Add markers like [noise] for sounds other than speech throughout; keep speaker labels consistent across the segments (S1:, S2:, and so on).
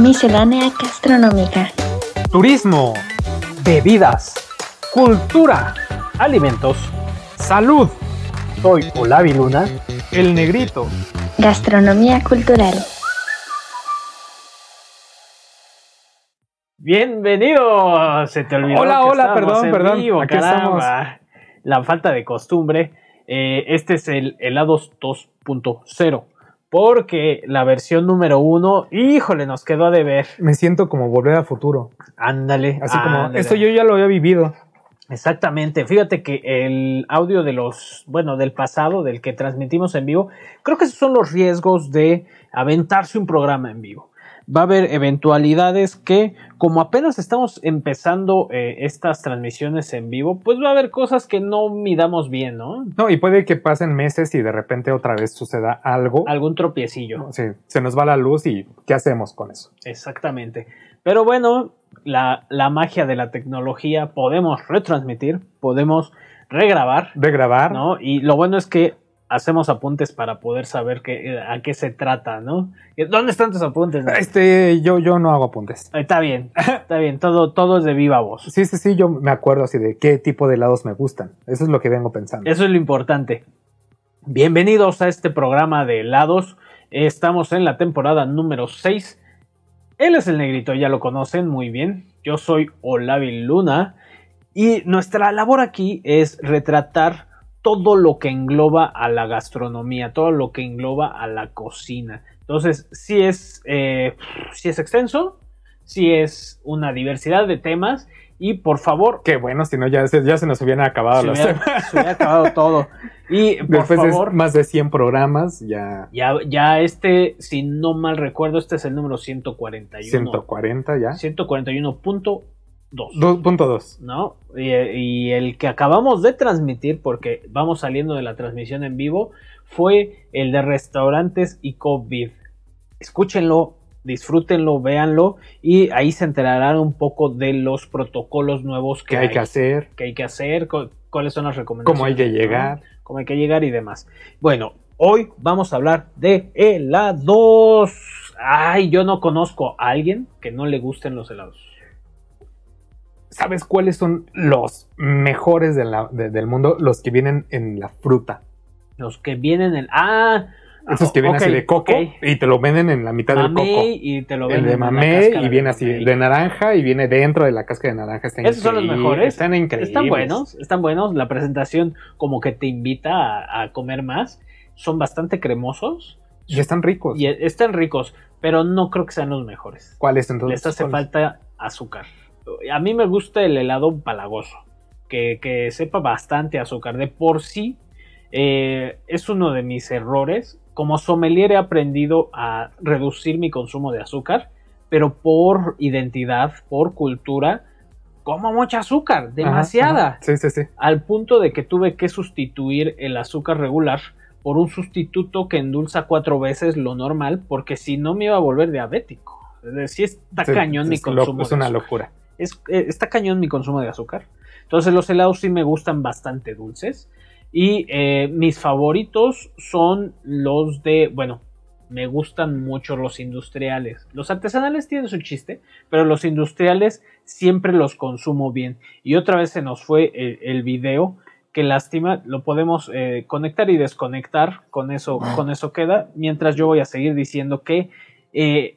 S1: Miscelánea gastronómica.
S2: Turismo, bebidas, cultura, alimentos, salud. Soy Olavi Luna, el negrito.
S1: Gastronomía cultural.
S3: Bienvenidos. Se te olvidó.
S2: Hola,
S3: que
S2: hola,
S3: estábamos
S2: perdón,
S3: en
S2: perdón.
S3: vivo,
S2: Aquí
S3: caramba. La falta de costumbre. Eh, este es el helados 2.0. Porque la versión número uno, híjole, nos quedó a deber.
S2: Me siento como volver al futuro.
S3: Ándale.
S2: Así como,
S3: ándale.
S2: esto yo ya lo había vivido.
S3: Exactamente. Fíjate que el audio de los, bueno, del pasado, del que transmitimos en vivo, creo que esos son los riesgos de aventarse un programa en vivo. Va a haber eventualidades que, como apenas estamos empezando eh, estas transmisiones en vivo, pues va a haber cosas que no midamos bien, ¿no?
S2: No, y puede que pasen meses y de repente otra vez suceda algo.
S3: Algún tropiecillo.
S2: Sí, se nos va la luz y ¿qué hacemos con eso?
S3: Exactamente. Pero bueno, la, la magia de la tecnología, podemos retransmitir, podemos regrabar.
S2: De grabar.
S3: ¿no? Y lo bueno es que hacemos apuntes para poder saber qué- eh, a qué se trata, ¿no? Eh, ¿Dónde están tus apuntes? Nacho?
S2: Este, yo, yo no hago apuntes.
S3: Está bien, está bien, todo, todo es de viva voz.
S2: Sí, sí, sí, yo me acuerdo así de qué tipo de helados me gustan. Eso es lo que vengo pensando.
S3: Eso es lo importante. Bienvenidos a este programa de helados. Estamos en la temporada número 6. Él es el negrito, ya lo conocen muy bien. Yo soy Olavi Luna. Y nuestra labor aquí es retratar todo lo que engloba a la gastronomía, todo lo que engloba a la cocina. Entonces, si es, eh, sí es extenso, si es una diversidad de temas. Y por favor,
S2: Qué bueno, si no ya se, ya se nos hubieran acabado
S3: se
S2: los temas.
S3: hubiera, se
S2: [laughs]
S3: hubiera acabado todo. Y por
S2: Ah, Después de
S3: favor,
S2: más de 100 programas, ya
S3: ya, ya este, si no mal recuerdo, este es el número 141.
S2: 140, ya.
S3: 141.2.
S2: 2.2.
S3: ¿No? Y, y el que acabamos de transmitir, porque vamos saliendo de la transmisión en vivo, fue el de restaurantes y COVID. Escúchenlo, disfrútenlo, véanlo y ahí se enterarán un poco de los protocolos nuevos
S2: ¿Qué
S3: que,
S2: hay que hacer?
S3: que hay que hacer, cu- cuáles son las recomendaciones.
S2: ¿Cómo hay que
S3: ¿no?
S2: llegar?
S3: como hay que llegar y demás. Bueno, hoy vamos a hablar de helados. Ay, yo no conozco a alguien que no le gusten los helados.
S2: ¿Sabes cuáles son los mejores de la- de- del mundo? Los que vienen en la fruta.
S3: Los que vienen en... Ah,
S2: Esos que vienen
S3: ok,
S2: así de coco
S3: ok.
S2: y te lo venden en la mitad del
S3: Mamey
S2: coco.
S3: y te lo
S2: El
S3: venden
S2: de
S3: en la
S2: mamé
S3: cáscara
S2: y
S3: de
S2: viene así
S3: mamey.
S2: de naranja y viene dentro de la cáscara de naranja. Están
S3: Esos son los
S2: increíbles,
S3: mejores.
S2: Están increíbles.
S3: Están buenos, están buenos. La presentación como que te invita a, a comer más. Son bastante cremosos
S2: Y están ricos.
S3: y e- están ricos, pero no creo que sean los mejores.
S2: ¿Cuáles entonces?
S3: Les hace
S2: ¿Cuáles?
S3: falta azúcar. A mí me gusta el helado palagoso, que, que sepa bastante azúcar. De por sí, eh, es uno de mis errores. Como sommelier he aprendido a reducir mi consumo de azúcar, pero por identidad, por cultura, como mucha azúcar,
S2: Ajá,
S3: demasiada
S2: ajá. Sí, sí, sí.
S3: al punto de que tuve que sustituir el azúcar regular por un sustituto que endulza cuatro veces lo normal, porque si no me iba a volver diabético. Es decir, está
S2: Sí,
S3: cañón mi
S2: es lo-
S3: consumo.
S2: Es una
S3: de azúcar.
S2: locura.
S3: Es- eh, está cañón mi consumo de azúcar. Entonces los helados sí me gustan bastante dulces. Y eh, mis favoritos son los de, bueno, me gustan mucho los industriales. Los artesanales tienen su chiste, pero los industriales siempre los consumo bien. Y otra vez se nos fue el, el video. Qué lástima, lo podemos eh, conectar y desconectar. Con eso, con eso queda. Mientras yo voy a seguir diciendo que eh,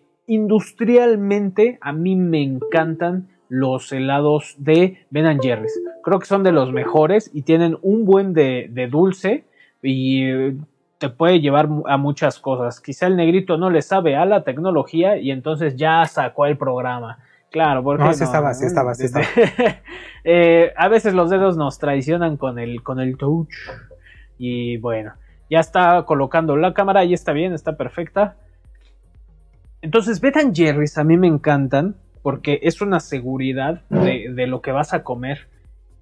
S3: industrialmente a mí me encantan los helados de Ben Jerry's. Creo que son de los mejores y tienen un buen de, de dulce y eh, te puede llevar mu- a muchas cosas. Quizá el negrito no le sabe a la tecnología y entonces ya sacó el programa. Claro, porque
S2: No, sí estaba, sí estaba, sí estaba.
S3: Este, [laughs] Eh, a veces los dedos nos traicionan con el con el touch y bueno, ya está colocando la cámara y está bien, está perfecta. Entonces, Ben and Jerry's a mí me encantan porque es una seguridad de, de lo que vas a comer.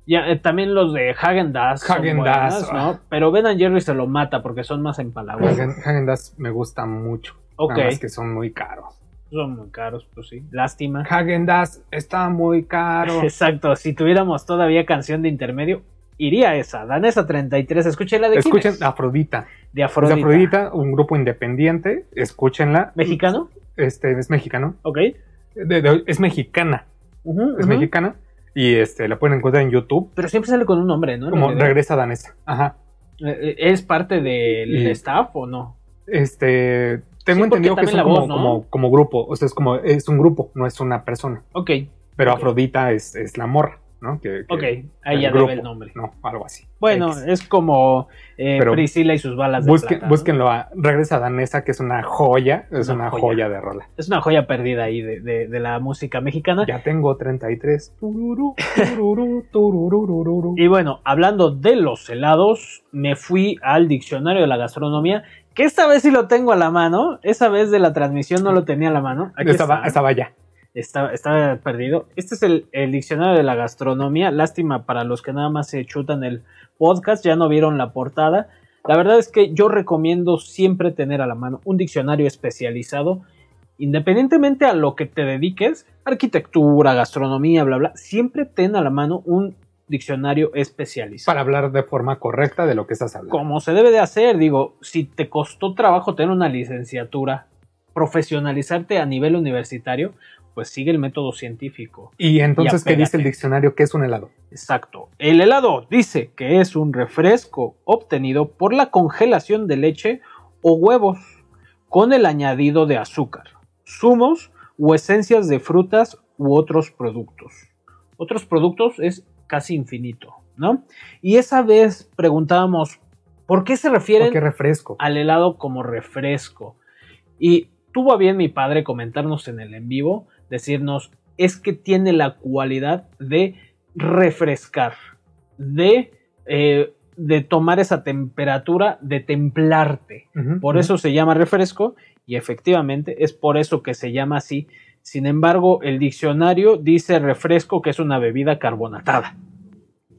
S3: Ya, eh, también los de Hagen Dazs.
S2: Häagen-Dazs,
S3: ¿no? Pero Ben and Jerry's se lo mata porque son más empalagosos.
S2: Hagen- Häagen ah. Dazs me gusta mucho.
S3: Ok,
S2: Nada más que son muy caros.
S3: son muy caros, pues sí. Lástima.
S2: Hagen Dazs está muy
S3: [laughs]
S2: caro.
S3: Exacto, si tuviéramos todavía canción de intermedio, iría esa. Danesa 33, escúchela de quién
S2: Escuchen
S3: es?
S2: Afrodita.
S3: de
S2: Es
S3: Afrodita.
S2: Afrodita, un grupo independiente. Escúchenla.
S3: ¿Mexicano?
S2: este, es mexicano.
S3: Ok.
S2: De- de- es mexicana.
S3: Ujú,
S2: Es
S3: ujú.
S2: mexicana. Y este, la pueden encontrar en YouTube.
S3: Pero siempre sale con un nombre, Ah, ¿no? En
S2: Como
S3: el video.
S2: regresa danesa. Ajá.
S3: Eh, eh, ¿Es parte del
S2: Y-
S3: staff o no?
S2: Este.
S3: Sí,
S2: Tengo
S3: porque
S2: entendido que
S3: también
S2: son
S3: la
S2: como,
S3: voz, ¿no?
S2: como, como grupo. O sea, es como. Es un grupo, no es una persona.
S3: Ok,
S2: Pero
S3: Ok.
S2: Afrodita es, es la morra, ¿no? Que, que-
S3: ok. Ahí
S2: el
S3: ya
S2: grupo.
S3: debe el nombre.
S2: No, algo así.
S3: Bueno,
S2: X.
S3: es como eh,
S2: Pero
S3: Priscila y sus balas de
S2: Busquen-
S3: plata, ¿no?
S2: búsquenlo a Regresa Danesa, que es una joya. Es
S3: Una
S2: una,
S3: joya.
S2: joya. de rola.
S3: Es una joya perdida ahí de, de- de la música mexicana.
S2: Ya tengo 33. Tururú, tururú, turururururú.
S3: Y bueno, hablando de los helados, me fui al diccionario de la gastronomía, que esta vez sí lo tengo a la mano. Esa vez de la transmisión no lo tenía a la mano. Aquí
S2: estaba,
S3: está.
S2: estaba ya.
S3: Está- estaba perdido. Este es el, el diccionario de la gastronomía. Lástima para los que nada más se chutan el podcast, ya no vieron la portada. La verdad es que yo recomiendo siempre tener a la mano un diccionario especializado, independientemente a lo que te dediques, arquitectura, gastronomía, bla, bla. Siempre ten a la mano un diccionario especializado.
S2: Para hablar de forma correcta de lo que estás hablando.
S3: Como se debe de hacer, digo, si te costó trabajo tener una licenciatura, profesionalizarte a nivel universitario, pues sigue el método científico.
S2: Y entonces, ¿qué dice
S3: apégate.
S2: el diccionario? ¿Qué es un helado?
S3: Exacto. El helado dice que es un refresco obtenido por la congelación de leche o huevos con el añadido de azúcar, zumos o esencias de frutas u otros productos. Otros productos es casi infinito, ¿no? Y esa vez preguntábamos, ¿por qué se refieren
S2: ¿Por qué refresco?
S3: al helado como refresco. Y tuvo a bien mi padre comentarnos en el en vivo, decirnos, es que tiene la cualidad de refrescar, de, eh, de tomar esa temperatura, de templarte.
S2: Ujú,
S3: Por
S2: ujú.
S3: eso se llama refresco y efectivamente es por eso que se llama así. Sin embargo, el diccionario dice refresco que es una bebida carbonatada,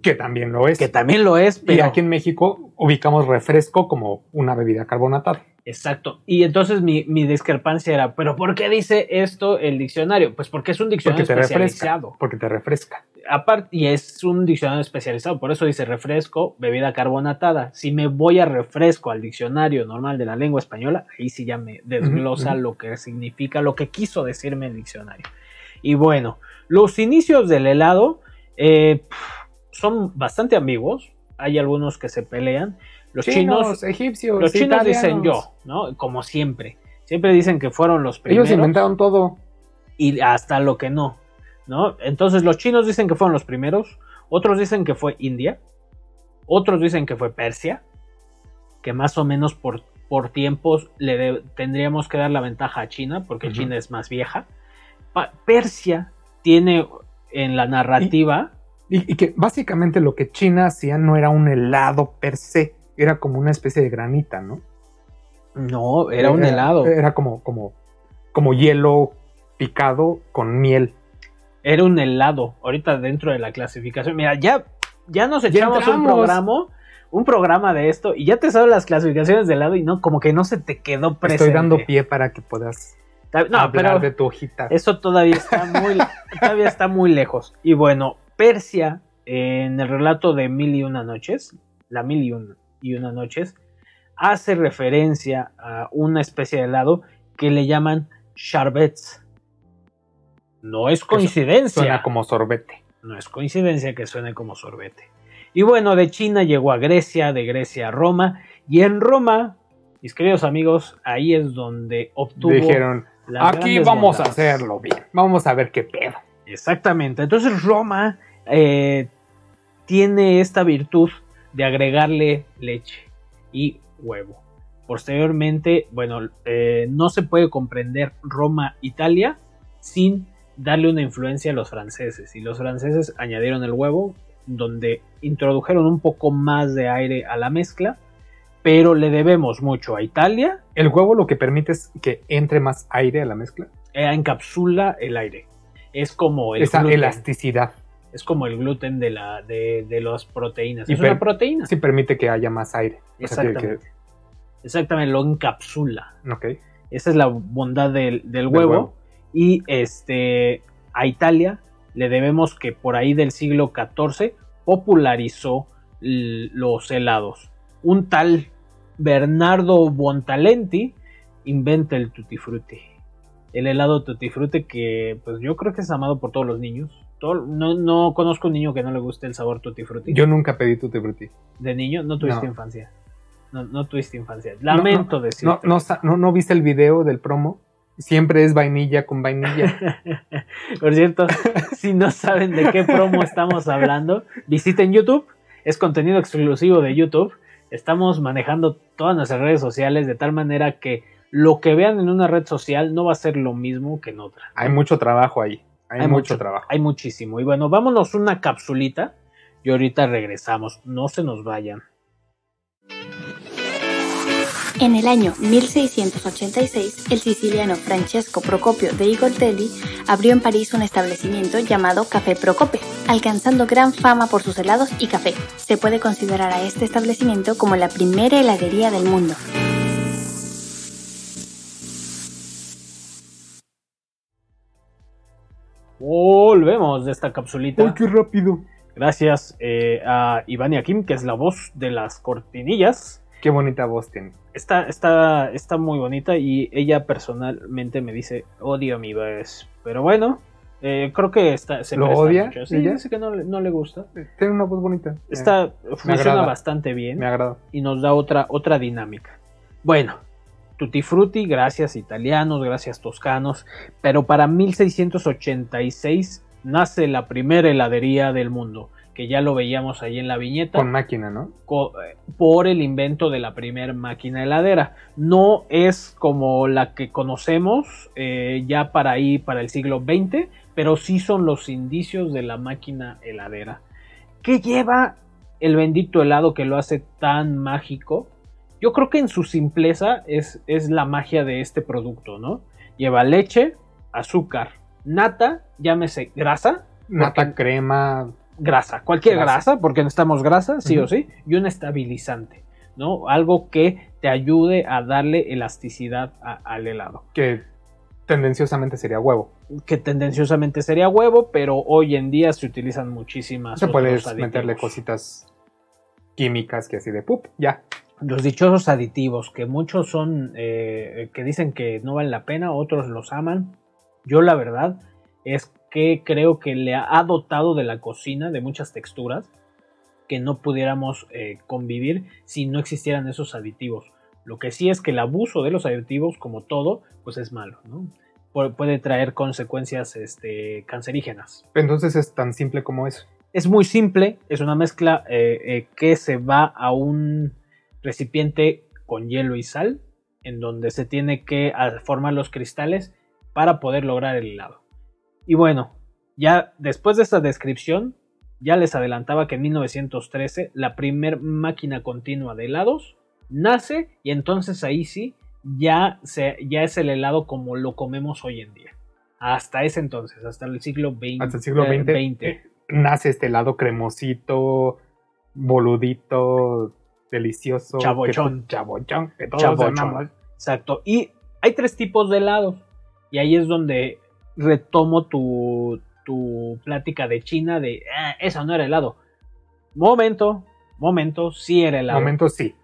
S2: Que también lo es.
S3: que también lo es,
S2: Y
S3: pero
S2: aquí en México ubicamos refresco como una bebida carbonatada.
S3: Exacto. Y entonces mi, mi discrepancia era, ¿pero por qué dice esto el diccionario? Pues porque es un
S2: Porque
S3: diccionario
S2: te refresca.
S3: especializado.
S2: Porque te refresca.
S3: Aparte, y es un diccionario especializado, por eso dice refresco, bebida carbonatada. Si me voy a refresco al diccionario normal de la lengua española, ahí sí ya me desglosa
S2: Ujú, ujú.
S3: lo que significa, lo que quiso decirme el diccionario. Y bueno, los inicios del helado eh, pf, son bastante ambiguos. Hay algunos que se pelean. Los chinos
S2: egipcios,
S3: los chinos dicen
S2: italianos.
S3: yo, ¿no? Como siempre. Siempre dicen que fueron los
S2: Ellos
S3: primeros
S2: inventaron todo.
S3: y hasta lo que no, ¿no? Entonces los chinos dicen que fueron los primeros, otros dicen que fue India, otros dicen que fue Persia, que más o menos por, por tiempos le de- tendríamos que dar la ventaja a China, porque
S2: Ujú.
S3: China es más vieja. Pa- Persia tiene en la narrativa...
S2: Y, y que básicamente lo que China hacía no era un helado per se, era como una especie de granita, ¿no?
S3: No, era un helado.
S2: Era como, como, como hielo picado con miel.
S3: Era un helado. Ahorita dentro de la clasificación. Mira, ya, ya nos
S2: Ya
S3: echamos un
S2: entramos.
S3: programa. Un programa de esto. Y ya te sabes las clasificaciones de helado. Y no, como que no se te quedó presente.
S2: Estoy dando pie para que puedas
S3: Ta- No,
S2: hablar
S3: pero
S2: de tu hojita.
S3: eso todavía está muy. [laughs] todavía está muy lejos. Y bueno, Persia, en el relato de Mil y Una Noches. La Mil y Una, y una Noches. Hace referencia a una especie de helado que le llaman charbets. No es coincidencia.
S2: Suena como sorbete.
S3: No es coincidencia que suene como sorbete. Y bueno, de China llegó a Grecia, de Grecia a Roma, y en Roma, mis queridos amigos, ahí es donde obtuvo.
S2: Dijeron,
S3: las
S2: aquí
S3: grandes
S2: vamos a
S3: bondades".
S2: hacerlo bien. Vamos a ver qué pedo.
S3: Exactamente. Entonces Roma eh, tiene esta virtud de agregarle leche y huevo. Posteriormente, bueno, eh, no se puede comprender Roma, Italia, sin darle una influencia a los franceses. Y los franceses añadieron el huevo, donde introdujeron un poco más de aire a la mezcla, pero le debemos mucho a Italia,
S2: El huevo lo que permite es que entre más aire a la mezcla.
S3: eh, encapsula el aire. Es como el
S2: Esa
S3: gluten.
S2: elasticidad
S3: Es como el gluten de, la, de, de las proteínas.
S2: Y
S3: es una
S2: per-
S3: proteína.
S2: sí permite que haya más aire. O sea, que- que-
S3: Exactamente. Exactamente, lo encapsula.
S2: ok. Del
S3: Esa es la bondad del, del huevo. Y este, a Italia le debemos que por ahí del siglo XIV popularizó l- los helados. Un tal Bernardo Bontalenti inventa el tutti frutti. el helado Tutti Frutti que pues yo creo que es amado por todos los niños. Todo- no, no conozco un niño que no le guste el sabor Tutti Frutti.
S4: Yo nunca pedí tutti frutti.
S3: de niño no tuviste
S4: No.
S3: infancia. No, no tuviste infancia. Lamento decir.
S4: No, no, sa- no, no viste el video del promo. Siempre es vainilla con vainilla.
S3: [laughs] Por cierto, [laughs] si no saben de qué promo estamos hablando, visiten YouTube. Es contenido exclusivo de YouTube. Estamos manejando todas nuestras redes sociales de tal manera que lo que vean en una red social no va a ser lo mismo que en otra.
S4: Hay mucho trabajo ahí. Hay,
S3: Hay
S4: mucho,
S3: mucho.
S4: trabajo.
S3: Hay muchísimo. Y bueno, vámonos una capsulita y ahorita regresamos. No se nos vayan.
S1: En el año 1686, el siciliano Francesco Procopio de Igortelli abrió en París un establecimiento llamado Café Procope, alcanzando gran fama por sus helados y café. Se puede considerar a este establecimiento como la primera heladería del mundo.
S3: Volvemos de esta capsulita.
S4: ¡Ay, qué rápido!
S3: Gracias eh, a Ivania Kim, que es la voz de las cortinillas.
S4: Qué bonita voz tiene.
S3: está, está, está muy bonita y ella personalmente me dice odio a mi vez. Pero bueno, eh, creo que está, se
S4: ¿Lo
S3: presta
S4: odia
S3: mucho. Sí,
S4: ella?
S3: dice que no, le- no le gusta.
S4: Tiene una voz bonita. Me-
S3: Está, funciona
S4: agrada.
S3: bastante bien
S4: Me agrada.
S3: y nos da otra, otra dinámica. Bueno, Tutti Frutti, gracias italianos, gracias toscanos, pero para 1686 nace la primera heladería del mundo, que ya lo veíamos ahí en la viñeta
S4: Con máquina, ¿no?
S3: co- eh, por el invento de la primera máquina heladera. No es como la que conocemos eh, ya para ahí, para el siglo XX, pero sí son los indicios de la máquina heladera. ¿Qué lleva el bendito helado que lo hace tan mágico? Yo creo que en su simpleza es, es la magia de este producto, ¿no? Lleva leche, azúcar, nata, llámese grasa,
S4: Nata, crema.
S3: grasa, cualquier
S4: Grasa.
S3: grasa, porque necesitamos grasa, sí
S4: Ujú.
S3: o sí, y un estabilizante, ¿no? Algo que te ayude a darle elasticidad a- al helado,
S4: Que tendenciosamente sería huevo.
S3: que tendenciosamente sería huevo, pero hoy en día se utilizan muchísimas.
S4: Se puede
S3: otros aditivos.
S4: meterle cositas químicas que así de pup, ya.
S3: Los dichosos aditivos, que muchos son, eh, que dicen que no valen la pena, otros los aman. Yo la verdad es que creo que le ha dotado de la cocina de muchas texturas que no pudiéramos eh, convivir si no existieran esos aditivos. Lo que sí es que el abuso de los aditivos, como todo, pues es malo, ¿no? Pu- Puede traer consecuencias este, cancerígenas
S4: Entonces es tan simple como eso.
S3: es muy simple, es una mezcla eh, eh, que se va a un recipiente con hielo y sal, en donde se tiene que ah, formar los cristales para poder lograr el helado. Y bueno, ya después de esta descripción, ya les adelantaba que en 1913 la primer máquina continua de helados nace y entonces ahí sí ya, se, ya es el helado como lo comemos hoy en día. Hasta ese entonces, hasta el siglo XX.
S4: Hasta el siglo XX, eh, nace este helado cremosito, boludito, delicioso.
S3: Chabochón.
S4: que- chabochón, que todos
S3: Chabochón.
S4: amamos.
S3: Exacto. Y hay tres tipos de helados. Y ahí es donde retomo tu, tu plática de China de "Ah, eso no era helado. Momento, momento, sí era helado.
S4: Momento sí.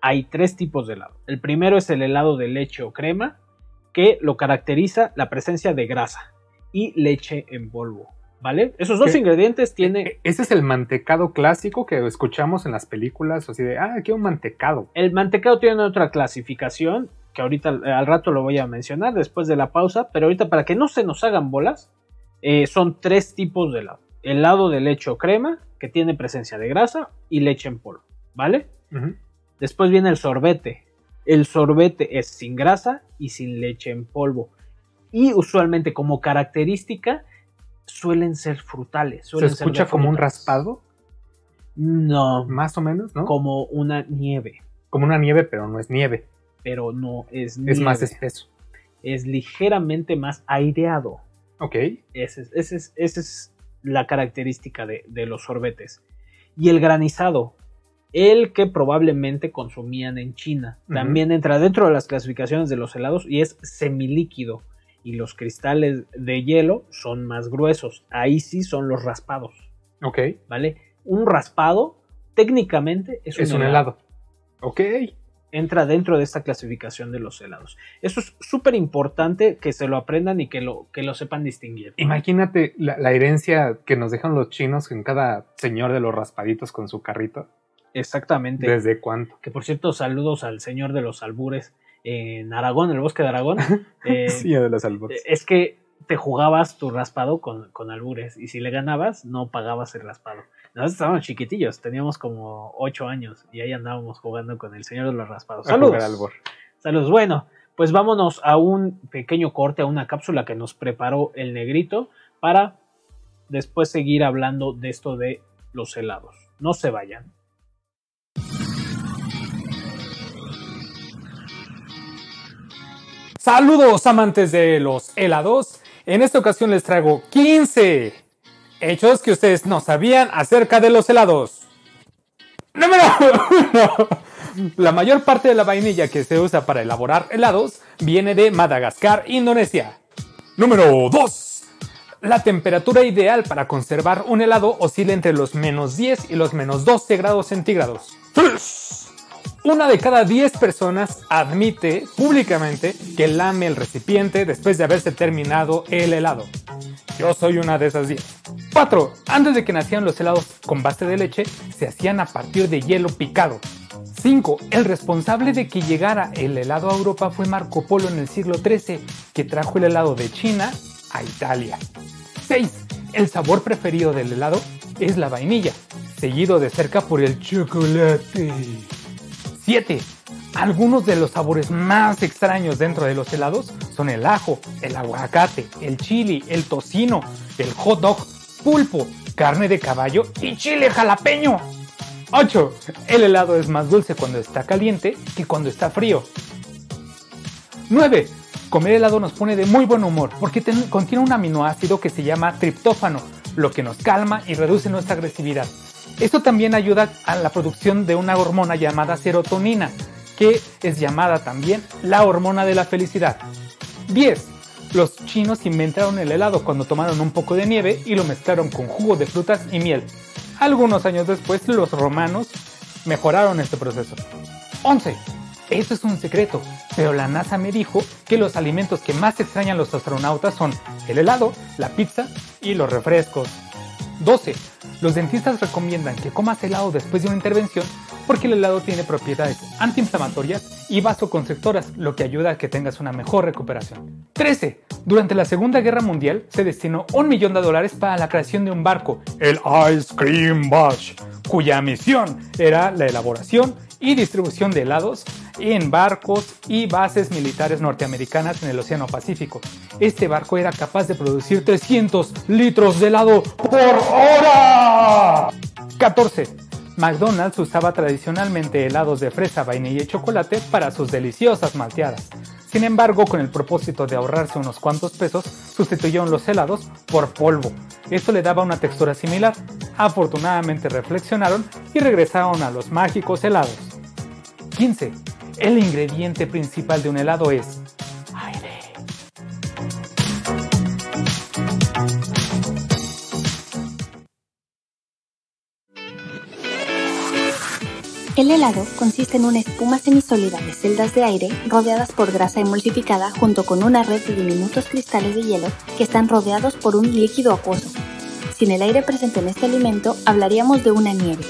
S3: Hay tres tipos de helado. El primero es el helado de leche o crema, que lo caracteriza la presencia de grasa y leche en polvo. ¿Vale? Esos dos
S4: ¿Qué?
S3: ingredientes tiene
S4: E- Ese es el mantecado clásico que escuchamos en las películas, así de, ah, aquí hay un mantecado.
S3: El mantecado tiene otra clasificación que ahorita eh, al rato lo voy a mencionar después de la pausa, pero ahorita para que no se nos hagan bolas, eh, son tres tipos de helado. Helado de leche o crema, que tiene presencia de grasa y leche en polvo, ¿vale?
S4: Ujú.
S3: Después viene el sorbete. El sorbete es sin grasa y sin leche en polvo. Y usualmente como característica suelen ser frutales.
S4: Se
S3: suelen ser de
S4: escucha como un
S3: frutas.
S4: raspado,
S3: No,
S4: más o menos, ¿no?
S3: como una nieve,
S4: Como una nieve, pero no es nieve,
S3: pero no es nieve.
S4: es más espeso.
S3: es ligeramente más aireado.
S4: Ok,
S3: Ese es- ese es- Esa es, la característica de, de los sorbetes. Y el granizado, el que probablemente consumían en China,
S4: Ujú.
S3: también entra dentro de las clasificaciones de los helados y es semilíquido. Y los cristales de hielo son más gruesos. Ahí sí son los raspados,
S4: ok,
S3: ¿vale? Un raspado técnicamente es,
S4: es un helado. Ok,
S3: entra dentro de esta clasificación de los helados. Eso es súper importante que se lo aprendan y que lo, que lo sepan distinguir.
S4: Imagínate la, la herencia que nos dejan los chinos en cada señor de los raspaditos con su carrito.
S3: Exactamente.
S4: ¿Desde cuánto?
S3: Que por cierto, saludos al señor de los albures en Aragón, en el bosque de Aragón. Eh,
S4: [laughs] Sí, de los albores.
S3: Es que te jugabas tu raspado con, con albures y si le ganabas no pagabas el raspado. Nosotros estábamos chiquitillos, teníamos como 8 años y ahí andábamos jugando con el señor de los raspados.
S4: A jugar
S3: Saludos.
S4: albor.
S3: Saludos. Bueno, pues vámonos a un pequeño corte, a una cápsula que nos preparó el negrito para después seguir hablando de esto de los helados. No se vayan.
S2: Saludos amantes de los helados. En esta ocasión les traigo 15 hechos que ustedes no sabían acerca de los helados. Número 1. La mayor parte de la vainilla que se usa para elaborar helados viene de Madagascar, Indonesia. Número 2. La temperatura ideal para conservar un helado oscila entre los menos 10 y los menos 12 grados centígrados. Una de cada 10 personas admite públicamente que lame el recipiente después de haberse terminado el helado. Yo soy una de esas 10. 4. Antes de que nacieran los helados con base de leche, se hacían a partir de hielo picado. 5. El responsable de que llegara el helado a Europa fue Marco Polo en el siglo XIII, que trajo el helado de China a Italia. 6. El sabor preferido del helado es la vainilla, seguido de cerca por el chocolate. 7. Algunos de los sabores más extraños dentro de los helados son el ajo, el aguacate, el chili, el tocino, el hot dog, pulpo, carne de caballo y chile jalapeño. 8. El helado es más dulce cuando está caliente que cuando está frío. 9. Comer helado nos pone de muy buen humor porque ten- contiene un aminoácido que se llama triptófano, lo que nos calma y reduce nuestra agresividad. Esto también ayuda a la producción de una hormona llamada serotonina, que es llamada también la hormona de la felicidad. 10. Los chinos inventaron el helado cuando tomaron un poco de nieve y lo mezclaron con jugo de frutas y miel. Algunos años después los romanos mejoraron este proceso. 11. Esto es un secreto, pero la NASA me dijo que los alimentos que más extrañan los astronautas son el helado, la pizza y los refrescos. 12. Los dentistas recomiendan que comas helado después de una intervención porque el helado tiene propiedades antiinflamatorias y vasoconstrictoras, lo que ayuda a que tengas una mejor recuperación. 13. Durante la Segunda Guerra Mundial se destinó un millón de dólares para la creación de un barco, el Ice Cream Bash, cuya misión era la elaboración y distribución de helados en barcos y bases militares norteamericanas en el Océano Pacífico. Este barco era capaz de producir 300 litros de helado por hora. 14. McDonald's usaba tradicionalmente helados de fresa, vainilla y chocolate para sus deliciosas malteadas. Sin embargo, con el propósito de ahorrarse unos cuantos pesos, sustituyeron los helados por polvo. Esto le daba una textura similar. Afortunadamente reflexionaron y regresaron a los mágicos helados. 15. El ingrediente principal de un helado es aire.
S1: El helado consiste en una espuma semisólida de celdas de aire rodeadas por grasa emulsificada junto con una red de diminutos cristales de hielo que están rodeados por un líquido acuoso. Sin el aire presente en este alimento, hablaríamos de una nieve.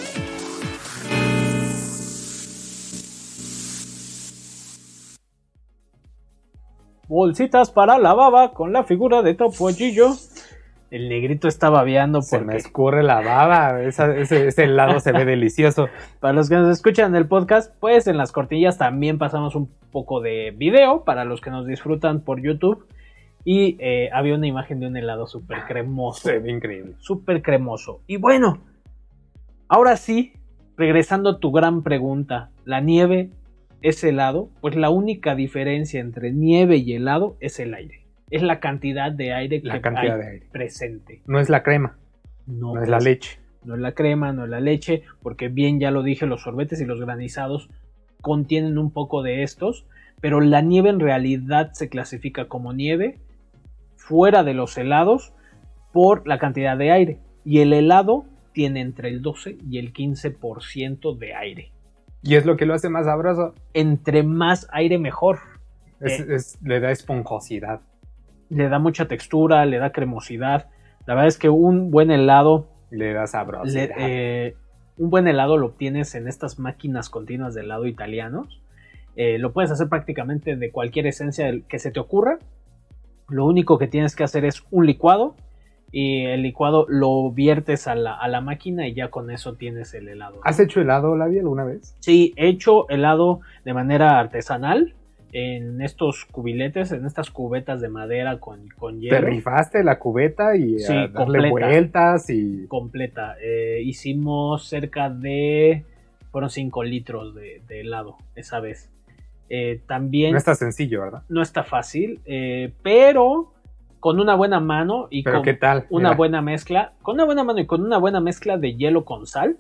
S3: Bolsitas para la baba con la figura de Topollillo. El negrito está babeando
S4: Se me
S3: porque
S4: escurre la baba. Esa- ese, ese helado se ve delicioso.
S3: para los que nos escuchan el podcast, pues en las cortillas también pasamos un poco de video para los que nos disfrutan por YouTube. Y eh, había una imagen de un helado súper cremoso.
S4: Se ve increíble.
S3: súper cremoso. Y bueno, ahora sí, regresando a tu gran pregunta, ¿la nieve es helado? Pues la única diferencia entre nieve y helado es el aire. Es la cantidad de aire que
S4: La cantidad
S3: hay
S4: de aire.
S3: presente.
S4: No es la crema,
S3: No,
S4: no es la
S3: pues,
S4: leche.
S3: No es la crema, no es la leche, porque bien ya lo dije, los sorbetes y los granizados contienen un poco de estos, pero la nieve en realidad se clasifica como nieve fuera de los helados por la cantidad de aire. Y el helado tiene entre el 12 y el 15% de aire.
S4: Y es lo que lo hace más sabroso.
S3: Entre más aire, mejor.
S4: Es-
S3: Eh.
S4: es- le da esponjosidad.
S3: Le da mucha textura, le da cremosidad. La verdad es que un buen helado,
S4: Le da sabrosidad.
S3: le- eh, un buen helado lo obtienes en estas máquinas continuas de helado italianos. Eh, lo puedes hacer prácticamente de cualquier esencia del- que se te ocurra. Lo único que tienes que hacer es un licuado y el licuado lo viertes a la, a la máquina y ya con eso tienes el helado.
S4: ¿Has hecho helado, Lavi, alguna vez?
S3: Sí, he hecho helado de manera artesanal en estos cubiletes, en estas cubetas de madera con, con
S4: Te
S3: hielo
S4: rifaste la cubeta y
S3: Sí,
S4: a darle
S3: completa.
S4: vueltas y
S3: completa. Eh, hicimos cerca de, fueron 5 litros de, de helado esa vez. Eh, también
S4: no está sencillo, ¿verdad?
S3: no está fácil, eh, pero con una buena mano y
S4: Pero
S3: con
S4: ¿qué tal?
S3: una
S4: Mira,
S3: buena mezcla, con una buena mano y con una buena mezcla de hielo con sal,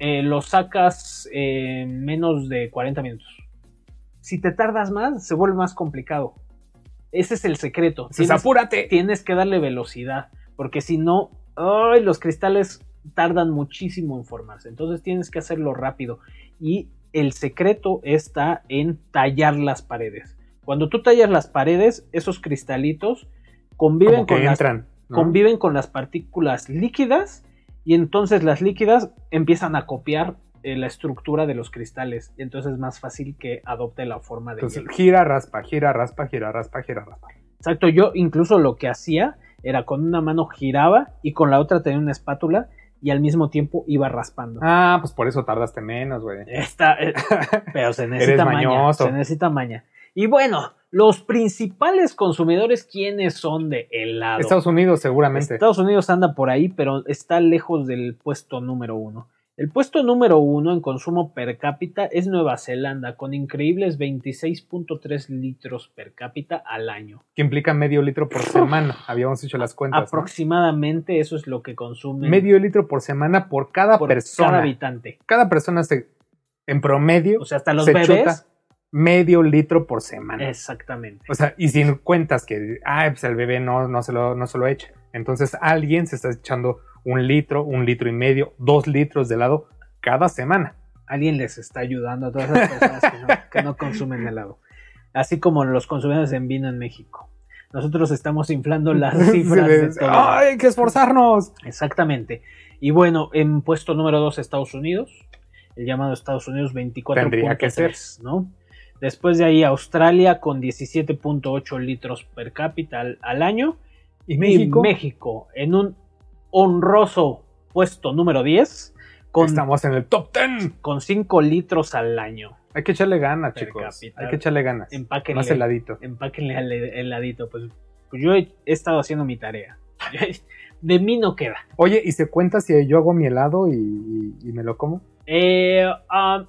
S3: eh, lo sacas eh, en menos de 40 minutos. Si te tardas más, se vuelve más complicado. Ese es el secreto.
S4: Entonces,
S3: Tienes,
S4: apúrate.
S3: tienes que darle velocidad, porque si no, ¡ay! los cristales tardan muchísimo en formarse. Entonces tienes que hacerlo rápido. Y el secreto está en tallar las paredes. Cuando tú tallas las paredes, esos cristalitos conviven
S4: Como que
S3: con las
S4: entran. ¿no?
S3: conviven con las partículas líquidas y entonces las líquidas empiezan a copiar eh, la estructura de los cristales. Y entonces es más fácil que adopte la forma de
S4: Entonces,
S3: hielo.
S4: gira, raspa, gira, raspa, gira, raspa, gira, raspa.
S3: Exacto, yo incluso lo que hacía era con una mano giraba y con la otra tenía una espátula y al mismo tiempo iba raspando.
S4: Ah, pues por eso tardaste menos, güey.
S3: Esta, eh, [laughs] pero se necesita maña.
S4: mañoso.
S3: Se necesita maña. Y bueno, los principales consumidores, ¿quiénes son de helado?
S4: Estados Unidos, seguramente.
S3: Estados Unidos anda por ahí, pero está lejos del puesto número uno. El puesto número uno en consumo per cápita es Nueva Zelanda, con increíbles 26.3 litros per cápita al año.
S4: Que implica medio litro
S3: [laughs]
S4: por semana. Habíamos hecho las cuentas. ¿no?
S3: Aproximadamente eso es lo que consume
S4: Medio litro por semana por cada
S3: por cada
S4: persona. Cada,
S3: habitante.
S4: persona se, en promedio
S3: O sea, hasta los
S4: se
S3: bebés.
S4: chuta medio litro por semana.
S3: Exactamente.
S4: O sea, y sin cuentas que, ah, pues el bebé no, no, se lo, no se lo echa. Entonces alguien se está echando un litro, un litro y medio, dos litros de helado cada semana.
S3: Alguien les está ayudando a todas esas personas que no, que no consumen helado. Así como los consumidores en vino en México. Nosotros estamos
S4: [laughs]
S3: inflando las cifras
S4: Se
S3: de
S4: les-
S3: todo.
S4: ¡Ay, hay que esforzarnos!
S3: Exactamente. Y bueno, en puesto número 2 Estados Unidos, el llamado Estados Unidos
S4: Tendría que ser.
S3: 24.3, ¿no? Después de ahí Australia con 17.8 litros per cápita al, al año
S4: ¿Y
S3: y México en un honroso puesto número 10 con,
S4: Estamos en el top 10.
S3: con 5 litros al año.
S4: Hay que echarle ganas,
S3: Per
S4: chicos.
S3: cápita.
S4: Hay que echarle ganas.
S3: Empáquenle,
S4: Más heladito.
S3: empáquenle al heladito, pues, pues yo he, he estado haciendo mi tarea. [laughs] De mí no queda.
S4: Oye, ¿y se cuenta si yo hago mi helado y, y- y me lo como?
S3: Eh, ah,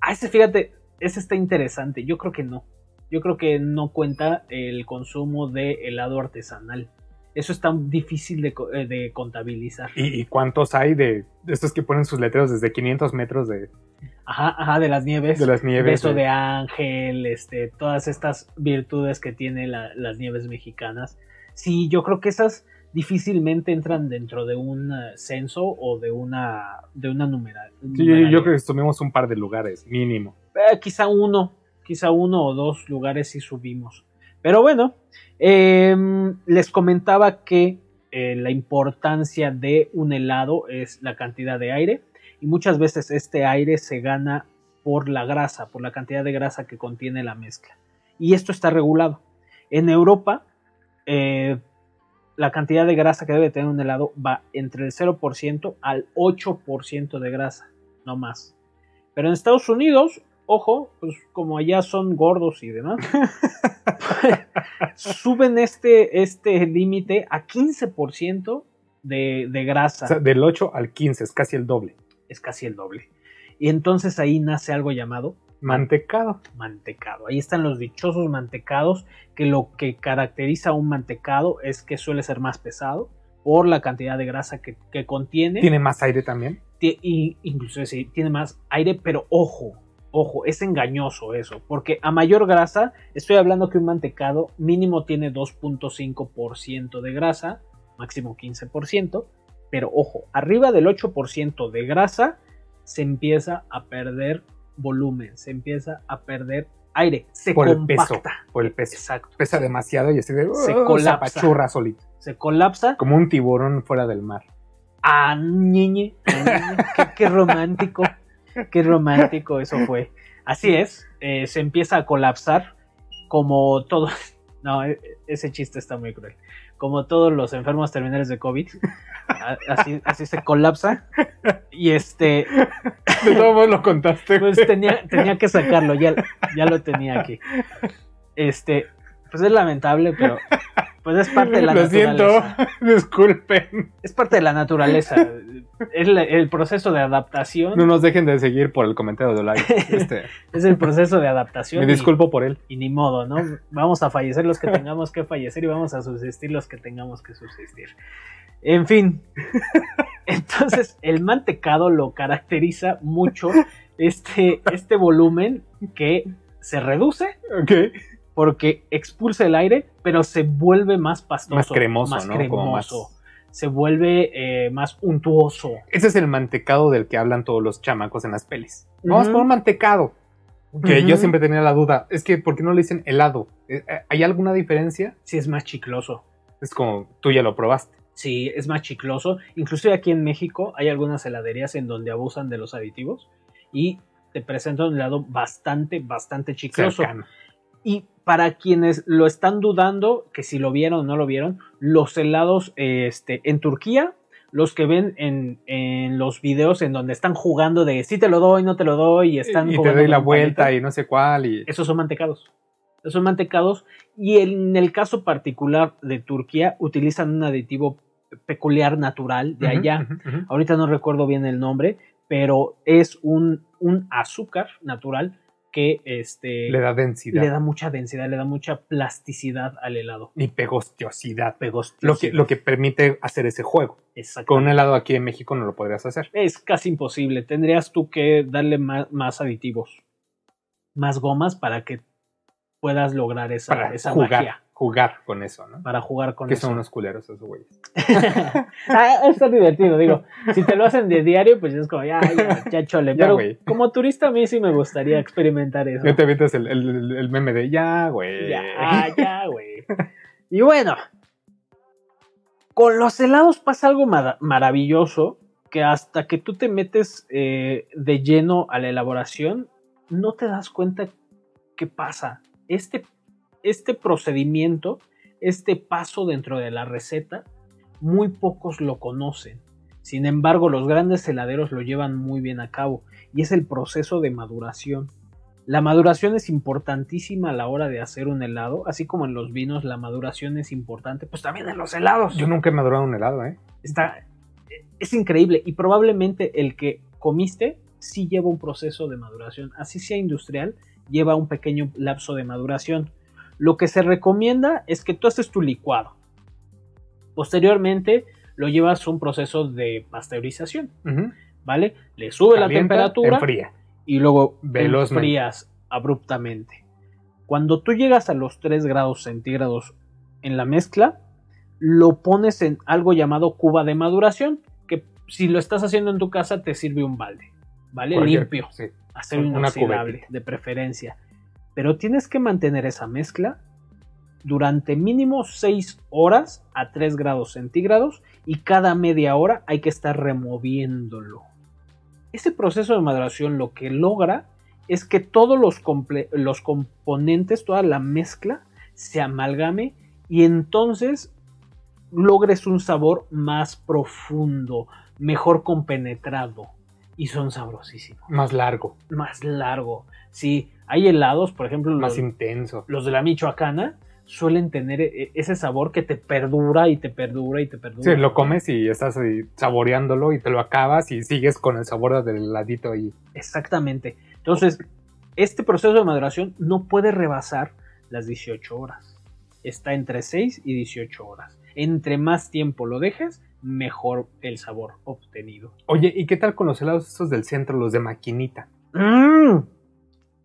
S3: ah, ese, fíjate, ese está interesante. Yo creo que no. Yo creo que no cuenta el consumo de helado artesanal. Eso es tan difícil de, co- eh, de contabilizar.
S4: ¿Y, y cuántos hay de estos que ponen sus letreros desde 500 metros de,
S3: Ajá, ajá, de las nieves.
S4: de las nieves? eh.
S3: Beso
S4: de-
S3: de ángel, este, todas estas virtudes que tienen las nieves mexicanas. Sí, yo creo que esas difícilmente entran dentro de un eh, censo o de una, de una numera-
S4: Sí, yo, yo
S3: numeralia.
S4: creo que estuvimos un par de lugares, mínimo.
S3: Eh, quizá uno, quizá uno o dos lugares si subimos. Pero bueno, em, les comentaba que eh, la importancia de un helado es la cantidad de aire y muchas veces este aire se gana por la grasa, por la cantidad de grasa que contiene la mezcla. Y esto está regulado. En Europa, eh, la cantidad de grasa que debe tener un helado va entre el 0% al 8% de grasa, no más. Pero en Estados Unidos, ojo, pues como allá son gordos y
S4: [laughs]
S3: demás, suben este, este límite a 15% de, de grasa
S4: O sea, del 8 al 15, es casi el doble.
S3: es casi el doble. Y entonces ahí nace algo llamado
S4: Mantecado.
S3: mantecado. Ahí están los dichosos mantecados, que lo que caracteriza a un mantecado es que suele ser más pesado por la cantidad de grasa que, que contiene.
S4: Tiene más aire también.
S3: Ti- y incluso sí, tiene más aire, pero ojo, ojo, es engañoso eso, porque a mayor grasa, estoy hablando que un mantecado mínimo tiene 2.5% de grasa, máximo 15%, pero ojo, arriba del 8% de grasa se empieza a perder volumen, se empieza a perder aire, se
S4: Por el peso.
S3: compacta.
S4: Por el peso.
S3: Exacto.
S4: Pesa demasiado y así de.
S3: Se
S4: "Oh,
S3: colapsa.
S4: apachurra solito.
S3: Se colapsa.
S4: Como un tiburón fuera del mar.
S3: Ah, ñeñe. ah, ñeñe, qué, qué romántico. Qué romántico eso fue. Así es. eh, se empieza a colapsar como todo. [laughs] No, e- ese chiste está muy cruel. Como todos los enfermos terminales de COVID. a- Así, así se colapsa. Y este.
S4: De todos modos
S3: [laughs]
S4: lo contaste.
S3: Pues
S4: güey.
S3: tenía, tenía que sacarlo, ya, ya lo tenía aquí. Este. Pues es lamentable, pero. Pues es parte de la
S4: Lo siento,
S3: naturaleza
S4: disculpen.
S3: es parte de la naturaleza. Es la- el proceso de adaptación.
S4: No nos dejen de seguir por el comentario de
S3: [laughs]
S4: like. Este,
S3: Es el proceso de adaptación.
S4: me
S3: y-
S4: disculpo por él.
S3: Y, ni modo, ¿no? Vamos a fallecer los que tengamos que fallecer y vamos a subsistir los que tengamos que subsistir. En fin. [laughs] Entonces, el mantecado lo caracteriza mucho este, este volumen que se reduce
S4: Ok.
S3: porque expulsa el aire, pero se vuelve más pastoso.
S4: Más cremoso,
S3: más
S4: ¿no? Como más-
S3: cremoso. Se vuelve eh, más untuoso.
S4: Ese es el mantecado del que hablan todos los chamacos en las pelis. Vamos
S3: Ujú.
S4: por un mantecado. Que
S3: Ujú.
S4: yo siempre tenía la duda. Es que, ¿por qué no le dicen helado? Eh, eh, ¿Hay alguna diferencia?
S3: Sí, es más chicloso.
S4: Es como, tú ya lo probaste.
S3: Sí, es más chicloso. Inclusive aquí en México hay algunas heladerías en donde abusan de los aditivos y te presentan un helado bastante, bastante chicloso.
S4: Cercano.
S3: Y para quienes lo están dudando, que si lo vieron o no lo vieron, los helados este, en Turquía, los que ven en, en los videos en donde están jugando de si te lo doy, no te lo doy, y están
S4: y te
S3: jugando
S4: doy la
S3: con
S4: vuelta
S3: palitas,
S4: y no sé cuál. Y...
S3: esos son mantecados. Esos son mantecados. Y en el caso particular de Turquía, utilizan un aditivo peculiar natural de
S4: Ujú,
S3: allá.
S4: ujú, ujú.
S3: Ahorita no recuerdo bien el nombre, pero es un, un azúcar natural que este,
S4: Le da densidad
S3: le da mucha densidad, le da mucha plasticidad al helado.
S4: y pegostiosidad.
S3: Pegostiosidad.
S4: Lo que, lo que permite hacer ese juego.
S3: Exacto.
S4: Con un helado aquí en México no lo podrías hacer.
S3: Es casi imposible. Tendrías tú que darle más, más aditivos, más gomas para que puedas lograr esa,
S4: para
S3: esa
S4: jugar,
S3: magia.
S4: jugar con eso, ¿no?
S3: Para jugar con
S4: que
S3: eso.
S4: son unos culeros esos güeyes.
S3: [laughs] Ah, está divertido, digo. Si te lo hacen de diario, pues es como, ya, ya, ya chole.
S4: Ya,
S3: Pero
S4: güey.
S3: como turista a mí sí me gustaría experimentar eso.
S4: No te evitas el, el- el meme de ya, güey.
S3: Ya,
S4: [laughs]
S3: ah, ya, güey. Y bueno, con los helados pasa algo mara- maravilloso que hasta que tú te metes eh, de lleno a la elaboración, no te das cuenta qué pasa. Este, este procedimiento, este paso dentro de la receta, muy pocos lo conocen. Sin embargo, los grandes heladeros lo llevan muy bien a cabo y es el proceso de maduración. La maduración es importantísima a la hora de hacer un helado, así como en los vinos la maduración es importante, pues también en los helados.
S4: Yo nunca he madurado un helado, ¿eh?
S3: Está, es increíble y probablemente el que comiste sí lleva un proceso de maduración, así sea industrial, lleva un pequeño lapso de maduración. Lo que se recomienda es que tú haces tu licuado. Posteriormente lo llevas a un proceso de pasteurización,
S4: Ujú.
S3: ¿vale? Le sube la
S4: Calienta,
S3: temperatura
S4: Enfría.
S3: y luego
S4: Velozmente.
S3: enfrías abruptamente. Cuando tú llegas a los 3 grados centígrados en la mezcla, lo pones en algo llamado cuba de maduración, que si lo estás haciendo en tu casa te sirve un balde, ¿vale?
S4: Cualquier-
S3: Limpio,
S4: sí.
S3: acero
S4: una
S3: inoxidable,
S4: cubetita.
S3: de preferencia. Pero tienes que mantener esa mezcla durante mínimo 6 horas a 3 grados centígrados y cada media hora hay que estar removiéndolo. Este proceso de maduración lo que logra es que todos los, comple- los componentes, toda la mezcla se amalgame y entonces logres un sabor más profundo, mejor compenetrado y son sabrosísimos,
S4: Más largo,
S3: más largo. Sí, hay helados, por ejemplo,
S4: más
S3: los,
S4: intenso.
S3: los de la Michoacana suelen tener e- ese sabor que te perdura y te perdura y te perdura.
S4: Sí, lo comes y estás ahí saboreándolo y te lo acabas y sigues con el sabor del heladito y
S3: Exactamente. Entonces, este proceso de maduración no puede rebasar las 18 horas. Está entre 6 y 18 horas. Entre más tiempo lo dejes, mejor el sabor obtenido.
S4: Oye, ¿y qué tal con los helados esos del centro, los de maquinita?
S3: Mm,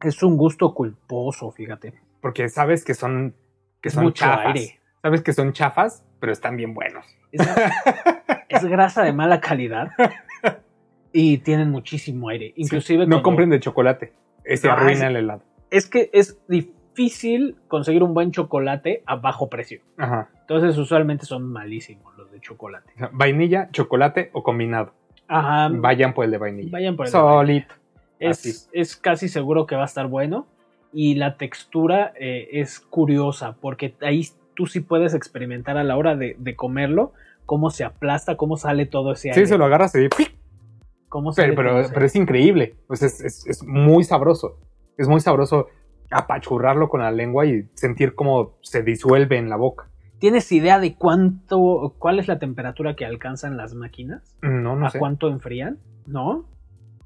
S3: Es un gusto culposo, fíjate.
S4: Porque sabes que son que
S3: Es
S4: son
S3: mucho
S4: chafas.
S3: aire.
S4: Sabes que son chafas, pero están bien buenos.
S3: Es, es grasa de mala calidad y tienen muchísimo aire. Inclusive
S4: no
S3: cuando- Ah,
S4: compren de chocolate. Este
S3: Ajá,
S4: arruina
S3: sí.
S4: el helado.
S3: Es que es difícil conseguir un buen chocolate a bajo precio.
S4: Ajá.
S3: Entonces, usualmente son malísimos los de chocolate.
S4: O sea, Vainilla, chocolate o combinado.
S3: Ajá.
S4: Vayan por el de vainilla.
S3: Vayan por el de
S4: Solito.
S3: es, es casi seguro que va a estar bueno. Y la textura eh, es curiosa, porque ahí tú sí puedes experimentar a la hora de, de comerlo cómo se aplasta, cómo sale todo ese aire.
S4: Sí, se lo agarras y ¡pic!
S3: cómo sale
S4: Pero, pero-
S3: todo ese
S4: pero es increíble. Pues es, es- es muy sabroso. Es muy sabroso apachurrarlo con la lengua y sentir cómo se disuelve en la boca.
S3: aire. ¿Tienes idea de cuánto, cuál es la temperatura que alcanzan las máquinas?
S4: No, no
S3: ¿A
S4: sé.
S3: cuánto enfrían? ¿No?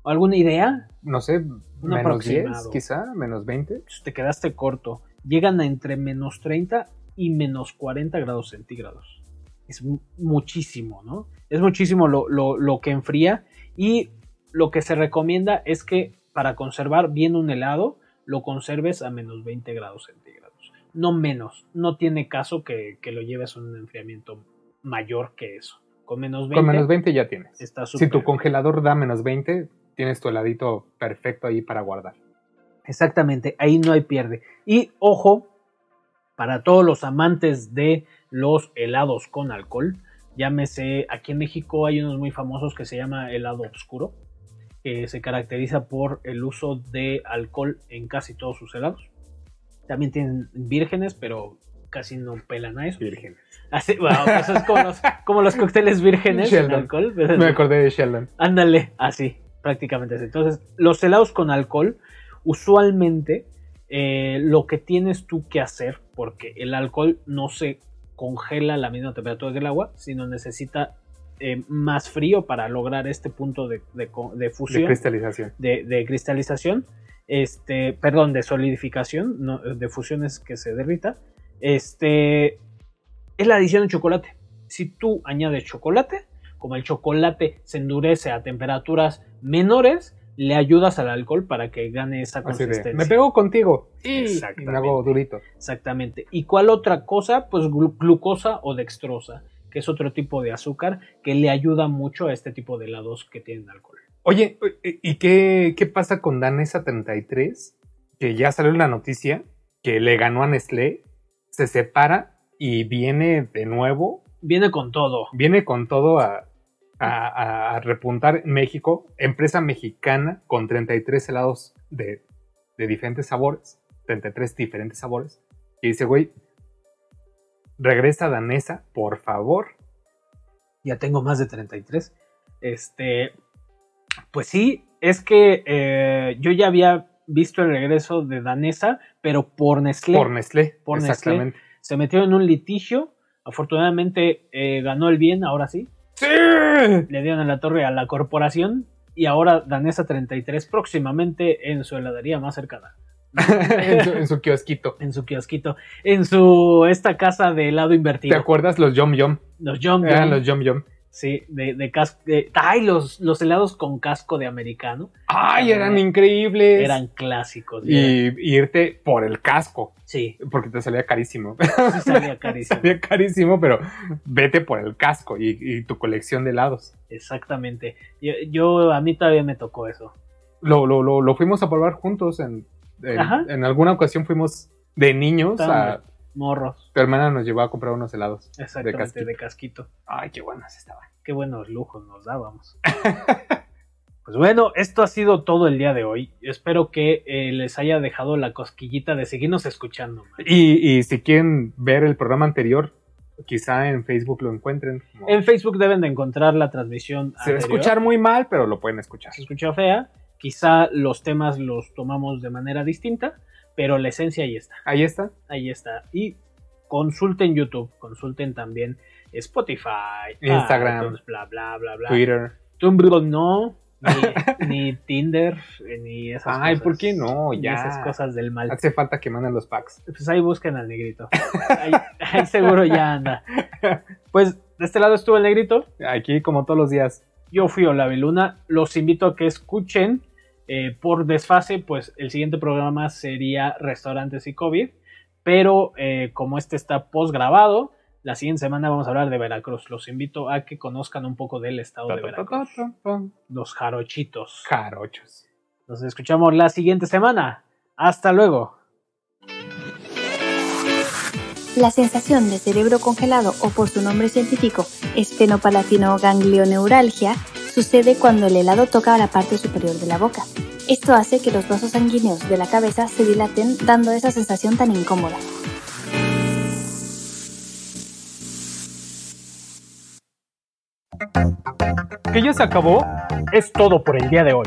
S3: ¿Alguna idea?
S4: No sé, menos 10,
S3: aproximado.
S4: quizá, menos 20.
S3: Pues te quedaste corto. Llegan a entre menos 30 y menos 40 grados centígrados. Es mu- muchísimo, ¿no? Es muchísimo lo, lo- lo que enfría. Y lo que se recomienda es que para conservar bien un helado, lo conserves a menos 20 grados centígrados. No menos. No tiene caso que, que lo lleves a un enfriamiento mayor que eso. Con menos 20,
S4: Con menos 20 ya tienes.
S3: está
S4: Si
S3: súper
S4: tu
S3: bien.
S4: congelador da menos 20, tienes tu heladito perfecto ahí para guardar.
S3: [laughs] Exactamente, ahí no hay pierde. Y ojo, para todos los amantes de los helados con alcohol, llámese, aquí en México hay unos muy famosos que se llama helado oscuro, que se caracteriza por el uso de alcohol en casi todos sus helados. También tienen vírgenes, pero casi no pelan a Ah, eso.
S4: Virgen.
S3: Así, wow, eso pues es como los, como los cócteles vírgenes en
S4: Sheldon.
S3: alcohol.
S4: Me acordé de Sheldon.
S3: Ándale, así, prácticamente así. Entonces, los helados con alcohol, usualmente eh, lo que tienes tú que hacer, porque el alcohol no se congela a la misma temperatura que el agua, sino necesita eh, más frío para lograr este punto de, de co- de
S4: De
S3: fusión,
S4: cristalización.
S3: de, de cristalización, este, perdón, de solidificación, no, de fusión es que se derrita. Este, es la adición de chocolate. Si tú añades chocolate, como el chocolate se endurece a temperaturas menores, le ayudas al alcohol para que gane esa
S4: Así
S3: consistencia.
S4: de, me pego contigo. Y
S3: Exactamente.
S4: me hago durito.
S3: Exactamente. ¿Y cuál otra cosa? Pues glu- glucosa o dextrosa, que es otro tipo de azúcar que le ayuda mucho a este tipo de helados que tienen alcohol.
S4: Oye, e, ¿y qué, qué pasa con Danesa 33? Que ya salió en la noticia que le ganó a Nestlé, se separa y viene de nuevo,
S3: Viene con todo.
S4: viene con todo a, a- a- a repuntar en México, empresa mexicana con 33 helados de, de diferentes sabores, 33 diferentes sabores. Y dice, güey, regresa Danesa, por favor.
S3: ya tengo más de 33. Este, pues sí, es que eh, yo ya había visto el regreso de Danesa, pero por Nestlé.
S4: Por Nestlé,
S3: Por Nestlé.
S4: exactamente.
S3: Se metió en un litigio. Afortunadamente eh, ganó el bien, ahora sí.
S4: ¡Sí!
S3: Le dieron en la torre a la corporación. Y ahora Danesa 33 próximamente en su heladería más cercana.
S4: en, su,
S3: [laughs]
S4: en su kiosquito.
S3: En su kiosquito. En su esta casa de helado
S4: ¿Te
S3: invertido.
S4: acuerdas los Yum Yum?
S3: Los Yum
S4: Eran
S3: Yum.
S4: los Yum Yum.
S3: Sí, de, de casco. de- ay, los, los helados con casco de americano.
S4: ¡Ay, eran
S3: Ah,
S4: increíbles!
S3: eran clásicos. eran-
S4: Y y irte por el casco,
S3: sí,
S4: porque te salía carísimo. [laughs]
S3: sí salía carísimo.
S4: salía carísimo, pero vete por el casco y, y tu colección de helados.
S3: Exactamente. Yo, yo- a mí todavía me tocó eso.
S4: Lo, lo, lo, lo fuimos a probar juntos. En, en,
S3: Ajá.
S4: en alguna ocasión fuimos de niños.
S3: Estábamos-
S4: a-
S3: Morros,
S4: tu hermana nos llevó a comprar unos helados.
S3: exactamente,
S4: casquito.
S3: de casquito.
S4: ¡Ay, qué buenos estaban!
S3: Qué buenos lujos nos dábamos. [laughs] Pues bueno, esto ha sido todo el día de hoy. Espero que eh, les haya dejado la cosquillita de seguirnos escuchando. man.
S4: Y, y si quieren ver el programa anterior, quizá en Facebook lo encuentren. como-
S3: En Facebook deben de encontrar la transmisión.
S4: se va a
S3: anterior.
S4: escuchar muy mal, pero lo pueden escuchar.
S3: se escucha fea. Quizá los temas los tomamos de manera distinta, pero la esencia ahí está.
S4: Ahí está.
S3: Ahí está. Y consulten YouTube, consulten también Spotify,
S4: Instagram.
S3: iTunes, bla, bla, bla, bla.
S4: Twitter.
S3: Tumblr no,
S4: [laughs]
S3: ni, ni Tinder, eh, ni esas cosas.
S4: Ay, ¿por qué no?
S3: Ni
S4: Ya.
S3: esas cosas del mal.
S4: Hace falta que manden los packs.
S3: Pues ahí busquen al negrito. Ahí, ahí seguro ya
S4: [laughs]
S3: anda. Pues de este lado estuvo el negrito.
S4: Aquí, como todos los días.
S3: Yo fui Olaveluna. Los invito a que escuchen. eh, por desfase, pues el siguiente programa sería Restaurantes y COVID. Pero eh, como este está posgrabado, la siguiente semana vamos a hablar de Veracruz. Los invito a que conozcan un poco del estado de Veracruz. Los jarochitos.
S4: Jarochos.
S3: Nos escuchamos la siguiente semana. Hasta luego.
S1: La sensación de cerebro congelado o por su nombre científico, estenopalatino ganglioneuralgia, sucede cuando el helado toca la parte superior de la boca. Esto hace que los vasos sanguíneos de la cabeza se dilaten dando esa sensación tan incómoda.
S3: que ya se acabó, es todo por el día de hoy.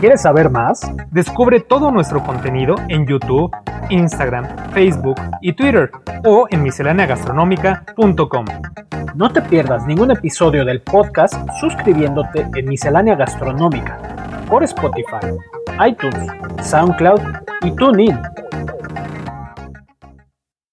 S3: ¿Quieres saber más?
S4: Descubre todo nuestro contenido en YouTube, Instagram, Facebook y Twitter o en misceláneagastronómica.com.
S3: No te pierdas ningún episodio del podcast suscribiéndote en Miscelánea Gastronómica por Spotify, iTunes, SoundCloud y TuneIn.